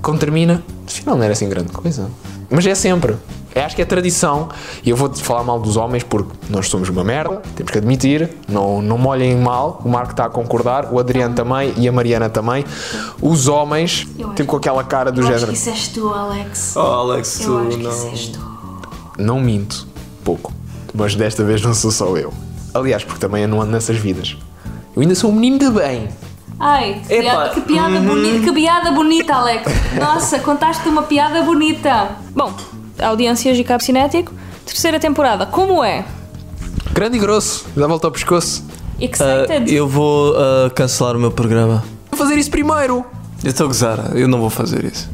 Quando termina, afinal não era assim grande coisa. Mas é sempre. Eu acho que é tradição. E eu vou falar mal dos homens porque nós somos uma merda, temos que admitir. Não, não me olhem mal. O Marco está a concordar, o Adriano também e a Mariana também. Os homens, acho- tipo com aquela cara do Eu acho género. que isso és tu, Alex. Oh, Alex, Eu acho tu que isso não. és tu. Não minto, pouco. Mas desta vez não sou só eu. Aliás, porque também eu não ando nessas vidas. Eu ainda sou um menino de bem. Ai, que piada, que piada uhum. boni- que piada bonita, Alex. Nossa, contaste uma piada bonita. Bom, audiências de Cabo Cinético, terceira temporada. Como é? Grande e grosso, dá volta ao pescoço. Ah, Excited? eu vou ah, cancelar o meu programa. Vou fazer isso primeiro. Eu estou a gozar, eu não vou fazer isso.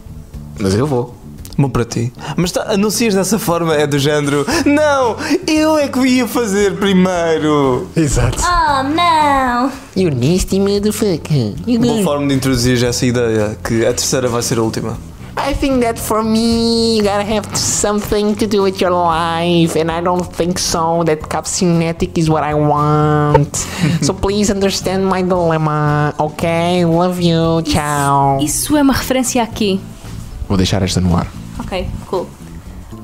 Mas eu vou. Bom para ti. Mas tá, anuncias dessa forma, é do género. Não, eu é que ia fazer primeiro. Exato. Oh, não! You nasty motherfucker. You Boa Hum. gonna- forma de introduzir essa ideia, que a terceira vai ser a última. I think that for me, you gotta have something to do with your life, and I don't think so. That capsinetic is what I want. so please understand my dilemma, okay? Love you, ciao. Isso é uma referência aqui. Vou deixar esta no ar. Ok, cool.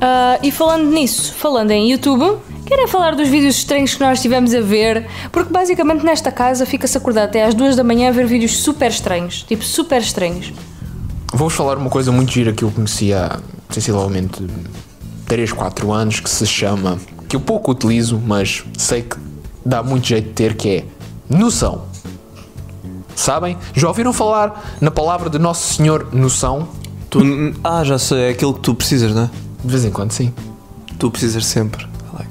Ah, e falando nisso, falando em YouTube, querem falar dos vídeos estranhos que nós estivemos a ver? Porque basicamente nesta casa fica-se acordado até às duas da manhã a ver vídeos super estranhos. Tipo, super estranhos. Vou-vos falar uma coisa muito gira que eu conheci há sensivelmente 3, 4 anos que se chama, que eu pouco utilizo, mas sei que dá muito jeito de ter, que é noção. Sabem? Já ouviram falar na palavra de Nosso Senhor noção? Tu, ah, já sei, é aquilo que tu precisas, não é? De vez em quando, sim. Tu precisas sempre, Alex.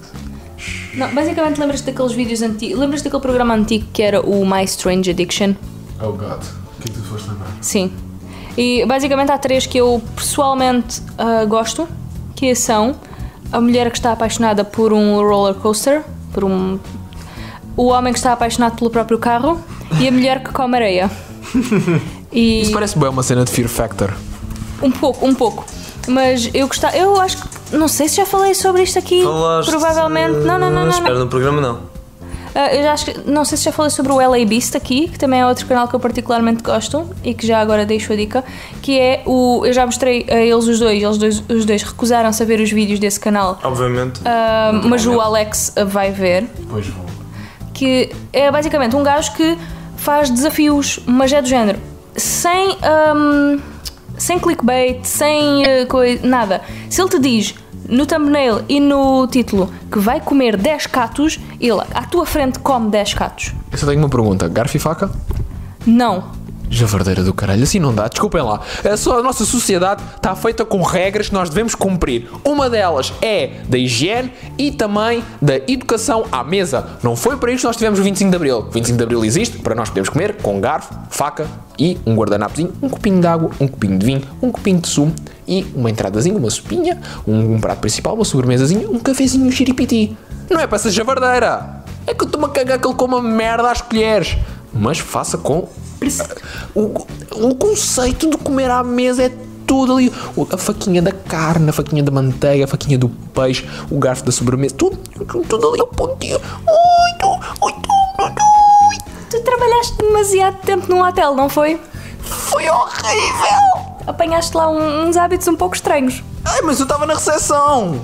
Não, basicamente lembras-te daqueles vídeos antigos. Lembras-te daquele programa antigo que era o My Strange Addiction? Oh God, o que é que tu foste lembrar? Sim. E basicamente há três que eu pessoalmente ah, gosto, que são a mulher que está apaixonada por um roller coaster, por um o homem que está apaixonado pelo próprio carro e a mulher que come areia. E Isso parece bem uma cena de Fear Factor. um pouco, um pouco. Mas eu gostava, eu acho que não sei se já falei sobre isto aqui. Falaste, Hum, eh, provavelmente. Não, não, não, não. não. Espera, no programa não. Ah, eu já acho que, não sei se já falei sobre o LA Beast aqui, que também é outro canal que eu particularmente gosto e que já agora deixo a dica, que é o. Eu já mostrei a eles os dois, eles dois, os dois recusaram saber os vídeos desse canal, Obviamente. ah, mas o Alex ah, vai ver, Depois vou. que é basicamente um gajo que faz desafios, mas é do género, sem, ahm, sem clickbait, sem eh, coi- nada. Se ele te diz no thumbnail e no título que vai comer 10 catos, ele à tua frente come 10 catos. Eu só tenho uma pergunta: garfo e faca? Não. Javardeira do caralho, assim não dá. Desculpem lá. A, sua- a nossa sociedade está feita com regras que nós devemos cumprir. Uma delas é da higiene e também da educação à mesa. Não foi para isto que nós tivemos o 25 de Abril. O 25 de Abril existe para nós podermos comer com um garfo, faca e um guardanapozinho, um copinho de água, um copinho de vinho, um copinho de sumo e uma entradazinha, uma sopinha, um, um prato principal, uma sobremesazinha, um cafezinho um xiripiti. Não é para essa javardeira. É que eu estou-me a cagar que ele coma merda às colheres. Mas faça com o, o conceito de comer à mesa é tudo ali. O- A faquinha da carne, a faquinha da manteiga, a faquinha do peixe, o garfo da sobremesa, tudo, tudo ali ao pontinho. Ui, tu, ui, tu, tu, tu. Tu trabalhaste demasiado tempo num hotel, não foi? Foi horrível! Apanhaste lá um- uns hábitos um pouco estranhos. Ai, mas eu estava na recepção!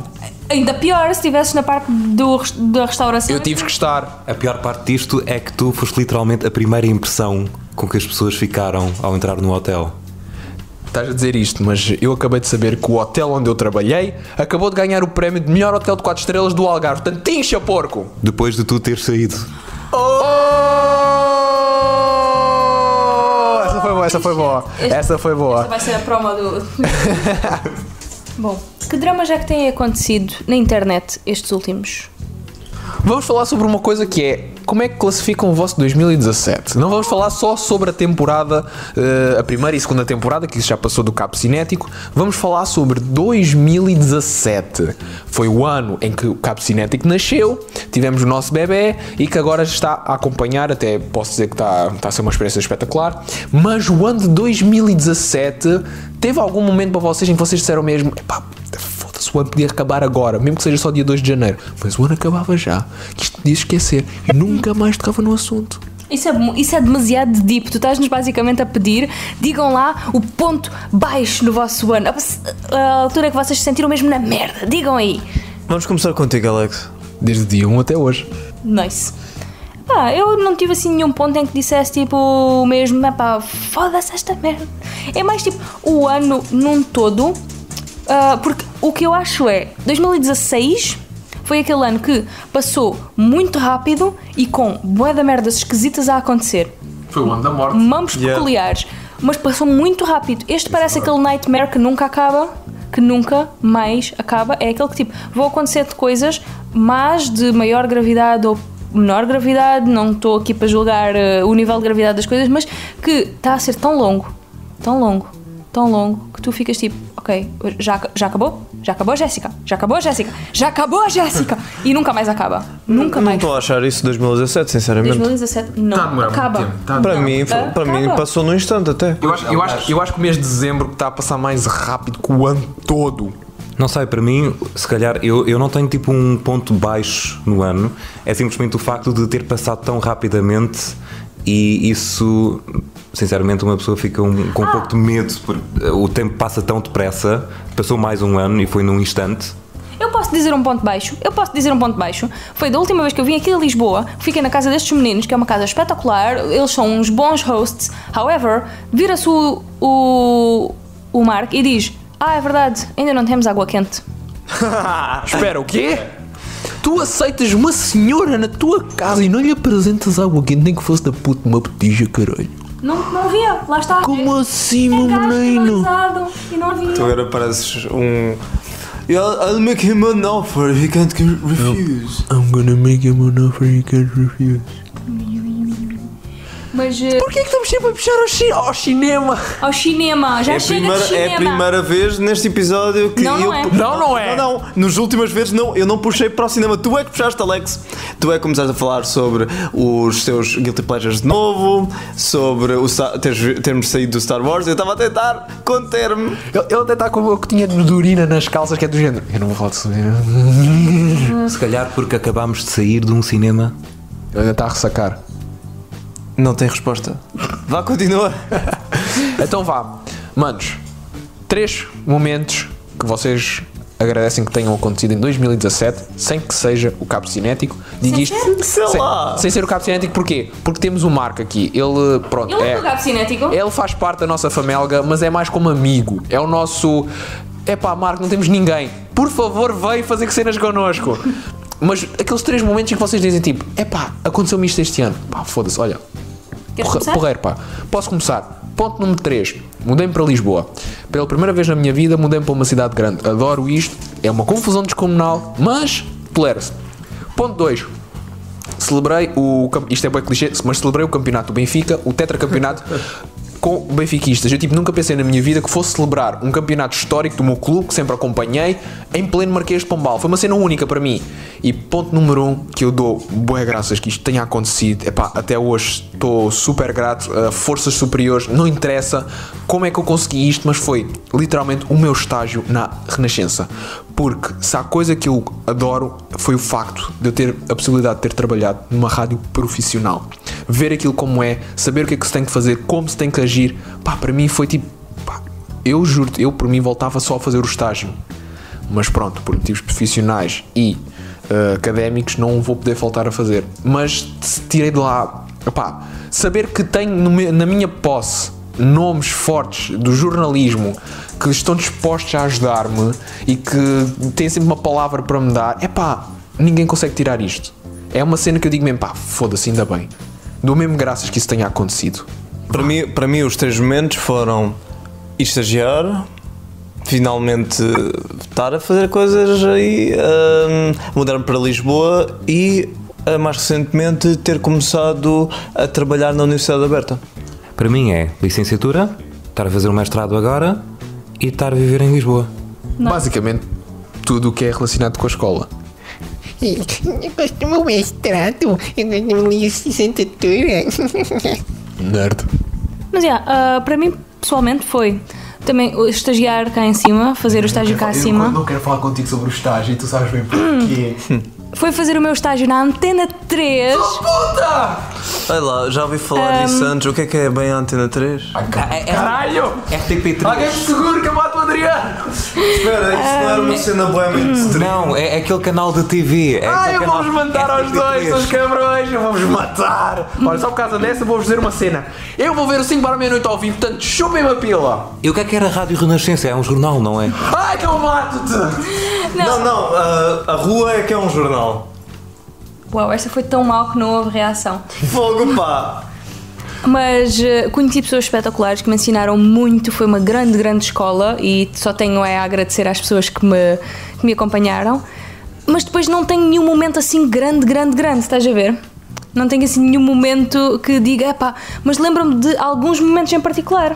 Ainda pior se estivesses na parte do, res- da restauração. Eu tive que estar. A pior parte disto é que tu foste literalmente a primeira impressão com que as pessoas ficaram ao entrar no hotel. Estás a dizer isto, mas eu acabei de saber que o hotel onde eu trabalhei acabou de ganhar o prémio de melhor hotel de 4 estrelas do Algarve. Portanto, tincha, porco! Depois de tu teres saído. Oh! Essa foi boa, essa foi boa. Este- Essa foi boa. Esta vai ser a promo do. Bom, que dramas é que têm acontecido na internet estes últimos? Vamos falar sobre uma coisa que é como é que classificam o vosso 2017? Não vamos falar só sobre a temporada, eh, a primeira e segunda temporada, que isso já passou do cabo cinético. Vamos falar sobre 2017. Foi o ano em que o cabo cinético nasceu, tivemos o nosso bebê e que agora está a acompanhar, até posso dizer que está, está a ser uma experiência espetacular. Mas o ano de 2017 teve algum momento para vocês em que vocês disseram mesmo, "Epá, Foda-se, o ano podia acabar agora, mesmo que seja só dia 2 de janeiro. Mas o ano acabava já. Que isto podia esquecer. E nunca mais tocava no assunto. Isso é, mu- isso é demasiado deep. Tu estás-nos basicamente a pedir, digam lá o ponto baixo no vosso ano. A, a altura que vocês se sentiram mesmo na merda. Digam aí. Vamos começar contigo, Alex. Desde dia 1 até hoje. Nice. Pá, eu não tive assim nenhum ponto em que dissesse tipo o mesmo, "Ah pá, foda-se esta merda. É mais tipo o ano num todo, ah, porque o que eu acho é 2016 foi aquele ano que passou muito rápido e com bué de merdas esquisitas a acontecer Foi o ano da morte. mamos Yeah. é peculiares, mas passou muito rápido. Este parece aquele nightmare que nunca acaba, que nunca mais acaba. É aquele que tipo, vão acontecer de coisas, mas de maior gravidade ou menor gravidade, não estou aqui para julgar eh, o nível de gravidade das coisas, mas que está a ser tão longo, tão longo, tão longo, que tu ficas tipo, ok, já, ac- já acabou? Já acabou, Jéssica? Já acabou, Jéssica? Já acabou, Jéssica? E nunca mais acaba. Nunca Não mais. estou a achar isso 2017, sinceramente. 2017 não Tá a demorar muito acaba. tempo, tá a Para Não, mim, foi- para mim acaba. passou num instante até. Eu acho, eu, acho, eu acho que o mês de dezembro está a passar mais rápido que o ano todo. Não sei, para mim, se calhar, eu, eu não tenho tipo um ponto baixo no ano. É simplesmente o facto de ter passado tão rapidamente e isso, sinceramente, uma pessoa fica um- com um pouco de medo porque eh, o tempo passa tão depressa. Passou mais um ano e foi num instante. Eu posso dizer um ponto baixo, eu posso dizer um ponto baixo. Foi da última vez que eu vim aqui a Lisboa, fiquei na casa destes meninos, que é uma casa espetacular, eles são uns bons hosts. However, vira-se o, o, o Mark e diz: Ah, é verdade, ainda não temos água quente. Espera, o quê? Tu aceitas uma senhora na tua casa e não lhe apresentas água quente, nem que fosse da puta uma petija, caralho. Não, não havia, lá está. Como assim, É meu gás menino? canalizado E não havia. Tu agora pareces um. I'll, I'll make him an offer he can't refuse. I'm gonna make him an offer you can't refuse. Mas eh, Porquê é que estamos sempre a puxar ao, chi- ao cinema? ao cinema, já é, a chega primeira, de cinema. é a primeira vez neste episódio que Não, eu. não é. Não, não é. Não, não. Nos últimas vezes não, eu não puxei para o cinema. Tu é que puxaste, Alex. Tu é que começaste a falar sobre os teus Guilty Pleasures de novo, sobre o Sa- teres- termos saído do Star Wars. Eu estava a tentar conter-me. Ele, ele até está com o que tinha de durina nas calças, que é do género. Eu não vou falar de cinema. Se calhar porque acabámos de sair de um cinema. Ele ainda está a ressacar. Não tem resposta. Vá, continua. Então vá, manos, três momentos que vocês agradecem que tenham acontecido em 2017, sem que seja o cabo cinético. Digo isto Sei sem, lá. sem ser o cabo cinético, porquê? Porque temos o Marco aqui. Ele, pronto, Ele é é. um gabo cinético. Ele faz parte da nossa famelga, mas é mais como amigo. É o nosso. Epá, Marco, não temos ninguém. Por favor, vem fazer cenas connosco. Mas aqueles três momentos em que vocês dizem tipo: Epá, aconteceu-me isto este ano. Pá, foda-se, olha. Queres Porra- começar? Porreiro, pá. Posso começar? Ponto número 3. Mudei-me para Lisboa. Pela primeira vez na minha vida, mudei-me para uma cidade grande. Adoro isto. É uma confusão descomunal, mas tolero-se. Ponto 2. Celebrei o. cam- Isto é bem clichê, mas celebrei o campeonato do Benfica, o tetracampeonato, com benfiquistas. Eu tipo, nunca pensei na minha vida que fosse celebrar um campeonato histórico do meu clube, que sempre acompanhei, em pleno Marquês de Pombal. Foi uma cena única para mim. E ponto número um, que eu dou boa graças que isto tenha acontecido. Epá, até hoje estou super grato. a forças superiores, não interessa como é que eu consegui isto, mas foi literalmente o meu estágio na Renascença. Porque se há coisa que eu adoro foi o facto de eu ter a possibilidade de ter trabalhado numa rádio profissional. Ver aquilo como é, saber o que é que se tem que fazer, como se tem que agir. Pá, para mim foi tipo. pá, eu juro, eu por mim voltava só a fazer o estágio. Mas pronto, por motivos profissionais e eh, académicos não vou poder voltar a fazer. Mas se tirei de lá. Epá, saber que tenho no me- na minha posse nomes fortes do jornalismo que estão dispostos a ajudar-me e que têm sempre uma palavra para me dar. Epá, ninguém consegue tirar isto. É uma cena que eu digo mesmo, pá, foda-se, ainda bem. Dou mesmo graças que isso tenha acontecido. Para mim, para mim, os três momentos foram estagiar, finalmente estar a fazer coisas aí, hum, mudar-me para Lisboa e, ah, mais recentemente, ter começado a trabalhar na Universidade Aberta. Para mim é licenciatura, estar a fazer um mestrado agora e estar a viver em Lisboa. Basicamente, tudo o que é relacionado com a escola. Eu gosto do meu mestrado, eu gosto da minha licenciatura. Nerd. Mas yeah, ah, para mim, pessoalmente, foi também o estagiar cá em cima, fazer o estágio cá Eu acima. não quero falar contigo sobre o estágio e tu sabes bem porquê. Foi fazer o meu estágio na Antena 3. Olha lá, já ouvi falar Hum. disso antes. O que é que é bem a Antena 3? Caralho! RTP3. seguro que eu mato o Adriano! Espera, isso não era Hum. uma cena boa Não, é aquele canal de TV. É Ah, aquele eu canal- vou-vos matar aos dois, RTP3. seus cabrões! Eu vou-vos matar! Hum. Olha, só por causa dessa, vou-vos dizer uma cena. Eu vou ver o 5 para a meia-noite ao vivo, portanto, chupem-me a pila! E o que é que era a Rádio Renascença? É um jornal, não é? Ai, que eu mato-te! Não, não, a, a rua é que é um jornal. Uau, esta foi tão mal que não houve reação. Fogo, pá! Mas eh, conheci pessoas espetaculares que me ensinaram muito, foi uma grande, grande escola e só tenho é a agradecer às pessoas que me, que me acompanharam. Mas depois não tenho nenhum momento assim grande, grande, grande, estás a ver? Não tenho assim nenhum momento que diga, epá, mas lembro-me de alguns momentos em particular.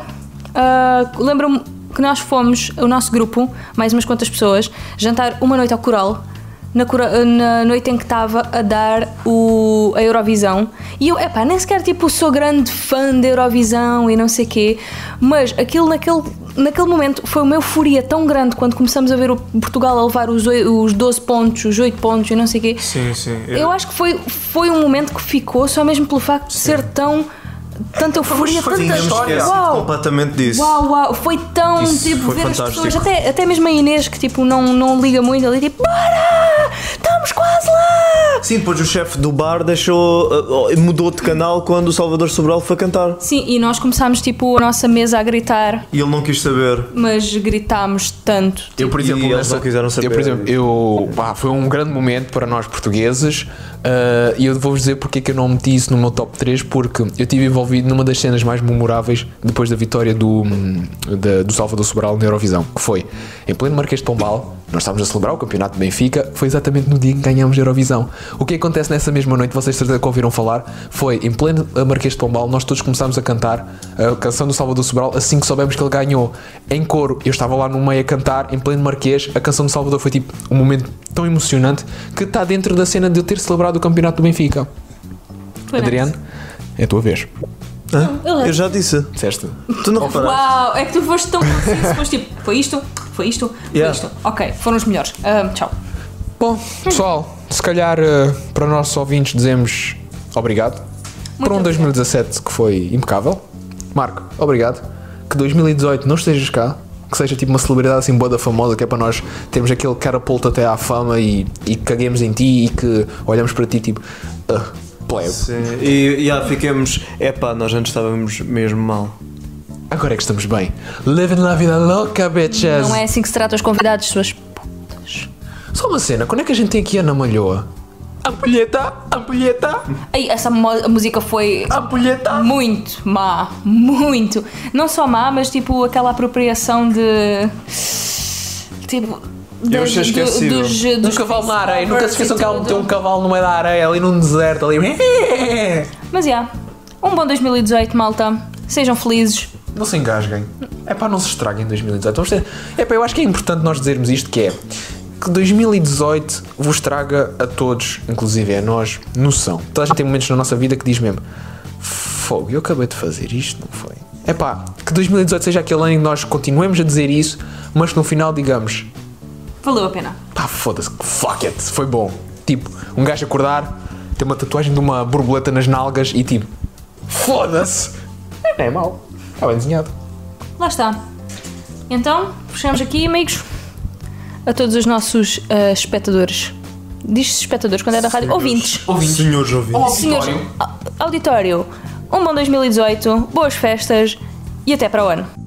Ah, lembro-me que nós fomos, o nosso grupo, mais umas quantas pessoas, jantar uma noite ao Coral na, cura- na noite em que estava a dar o, a Eurovisão. E eu, epá, nem sequer tipo sou grande fã da Eurovisão e não sei quê, mas aquilo naquele, naquele momento foi uma euforia tão grande quando começamos a ver o Portugal a levar os, oi- os 12 pontos, os 8 pontos e não sei quê. Sim, é. sim. Eu acho que foi, foi um momento que ficou só mesmo pelo facto de ser tão. Tanta euforia, foi é tanta uma história. esquecido Uau! completamente disso. Uau, uau, foi tão Isso tipo foi ver fantástico. as pessoas, até, até mesmo a Inês que tipo não, não liga muito ali, tipo, bora! Estamos quase lá! Sim, depois o chefe do bar deixou. uh, mudou de canal quando o Salvador Sobral foi cantar. Sim, e nós começámos tipo a nossa mesa a gritar, E ele não quis saber. mas gritámos tanto. Eu, por E exemplo, eles nessa- não quiseram saber. Eu, por exemplo, eu, pá, foi um grande momento para nós portugueses ah, e eu vou-vos dizer porque é que eu não meti isso no meu top 3, porque eu estive envolvido numa das cenas mais memoráveis depois da vitória do, hum, da- do Salvador Sobral na Eurovisão, que foi em pleno Marquês de Pombal, Nós estávamos a celebrar o campeonato de Benfica, foi exatamente no dia em que ganhámos a Eurovisão. O que acontece nessa mesma noite, vocês de certeza que ouviram falar, foi em pleno Marquês de Pombal, nós todos começámos a cantar a canção do Salvador Sobral assim que soubemos que ele ganhou. Em coro, eu estava lá no meio a cantar, em pleno Marquês, a canção do Salvador foi tipo um momento tão emocionante que está dentro da cena de eu ter celebrado o campeonato do Benfica. Claramente. Adriano, é a tua vez. Ele- Eu já disse. Disseste. Tu não reparaste? Uau, é que tu foste tão conciso, foste tipo, foi isto, foi isto, foi Yeah. isto. Ok, foram os melhores. Ahm, tchau. Bom, pessoal, se calhar eh, para nossos ouvintes dizemos obrigado por um obrigada. 2017 que foi impecável. Marco, obrigado. Que 2018 não estejas cá, que seja tipo uma celebridade assim boa da famosa, que é para nós termos aquele catapulto até à fama e, e caguemos em ti e que olhamos para ti tipo. "Ah, plebe. Sim. E já ficamos. Epá, nós antes estávamos mesmo mal. Agora é que estamos bem. Living la vida louca, bitches! Não é assim que se trata os convidados, suas. Só uma cena, quando é que a gente tem aqui Ana Malhoa? Ampulheta, ampulheta, Ai, essa mo- a música foi ampulheta! muito má, muito. Não só má, mas tipo aquela apropriação de. Tipo. Eu das- achei do- esquecível. dos, Um dos cavalo na areia, nunca se esqueçam que ela meteu um tudo. cavalo no meio da areia ali num deserto ali. Mas já, um bom 2018, malta. Sejam felizes. Não se engasguem. É pá, não se estraguem em 2018. Vamos ter- É pá, eu acho que é importante nós dizermos isto que é que 2018 vos traga a todos, inclusive é a nós, noção. Toda a gente tem momentos na nossa vida que diz mesmo Fogo, eu acabei de fazer isto, não foi? É pá, que 2018 seja aquele ano em que nós continuemos a dizer isso, mas que no final digamos Valeu a pena. pá, foda-se, fuck it, foi bom. Tipo, um gajo acordar, tem uma tatuagem de uma borboleta nas nalgas e tipo, foda-se, não é mau, está bem desenhado. Lá está. Então, fechamos aqui, amigos. A todos os nossos ah, espectadores. Diz-se espectadores quando é da rádio. Ouvintes. Senhores ouvintes. Senhores, au- auditório. Um bom 2018, boas festas e até para o ano.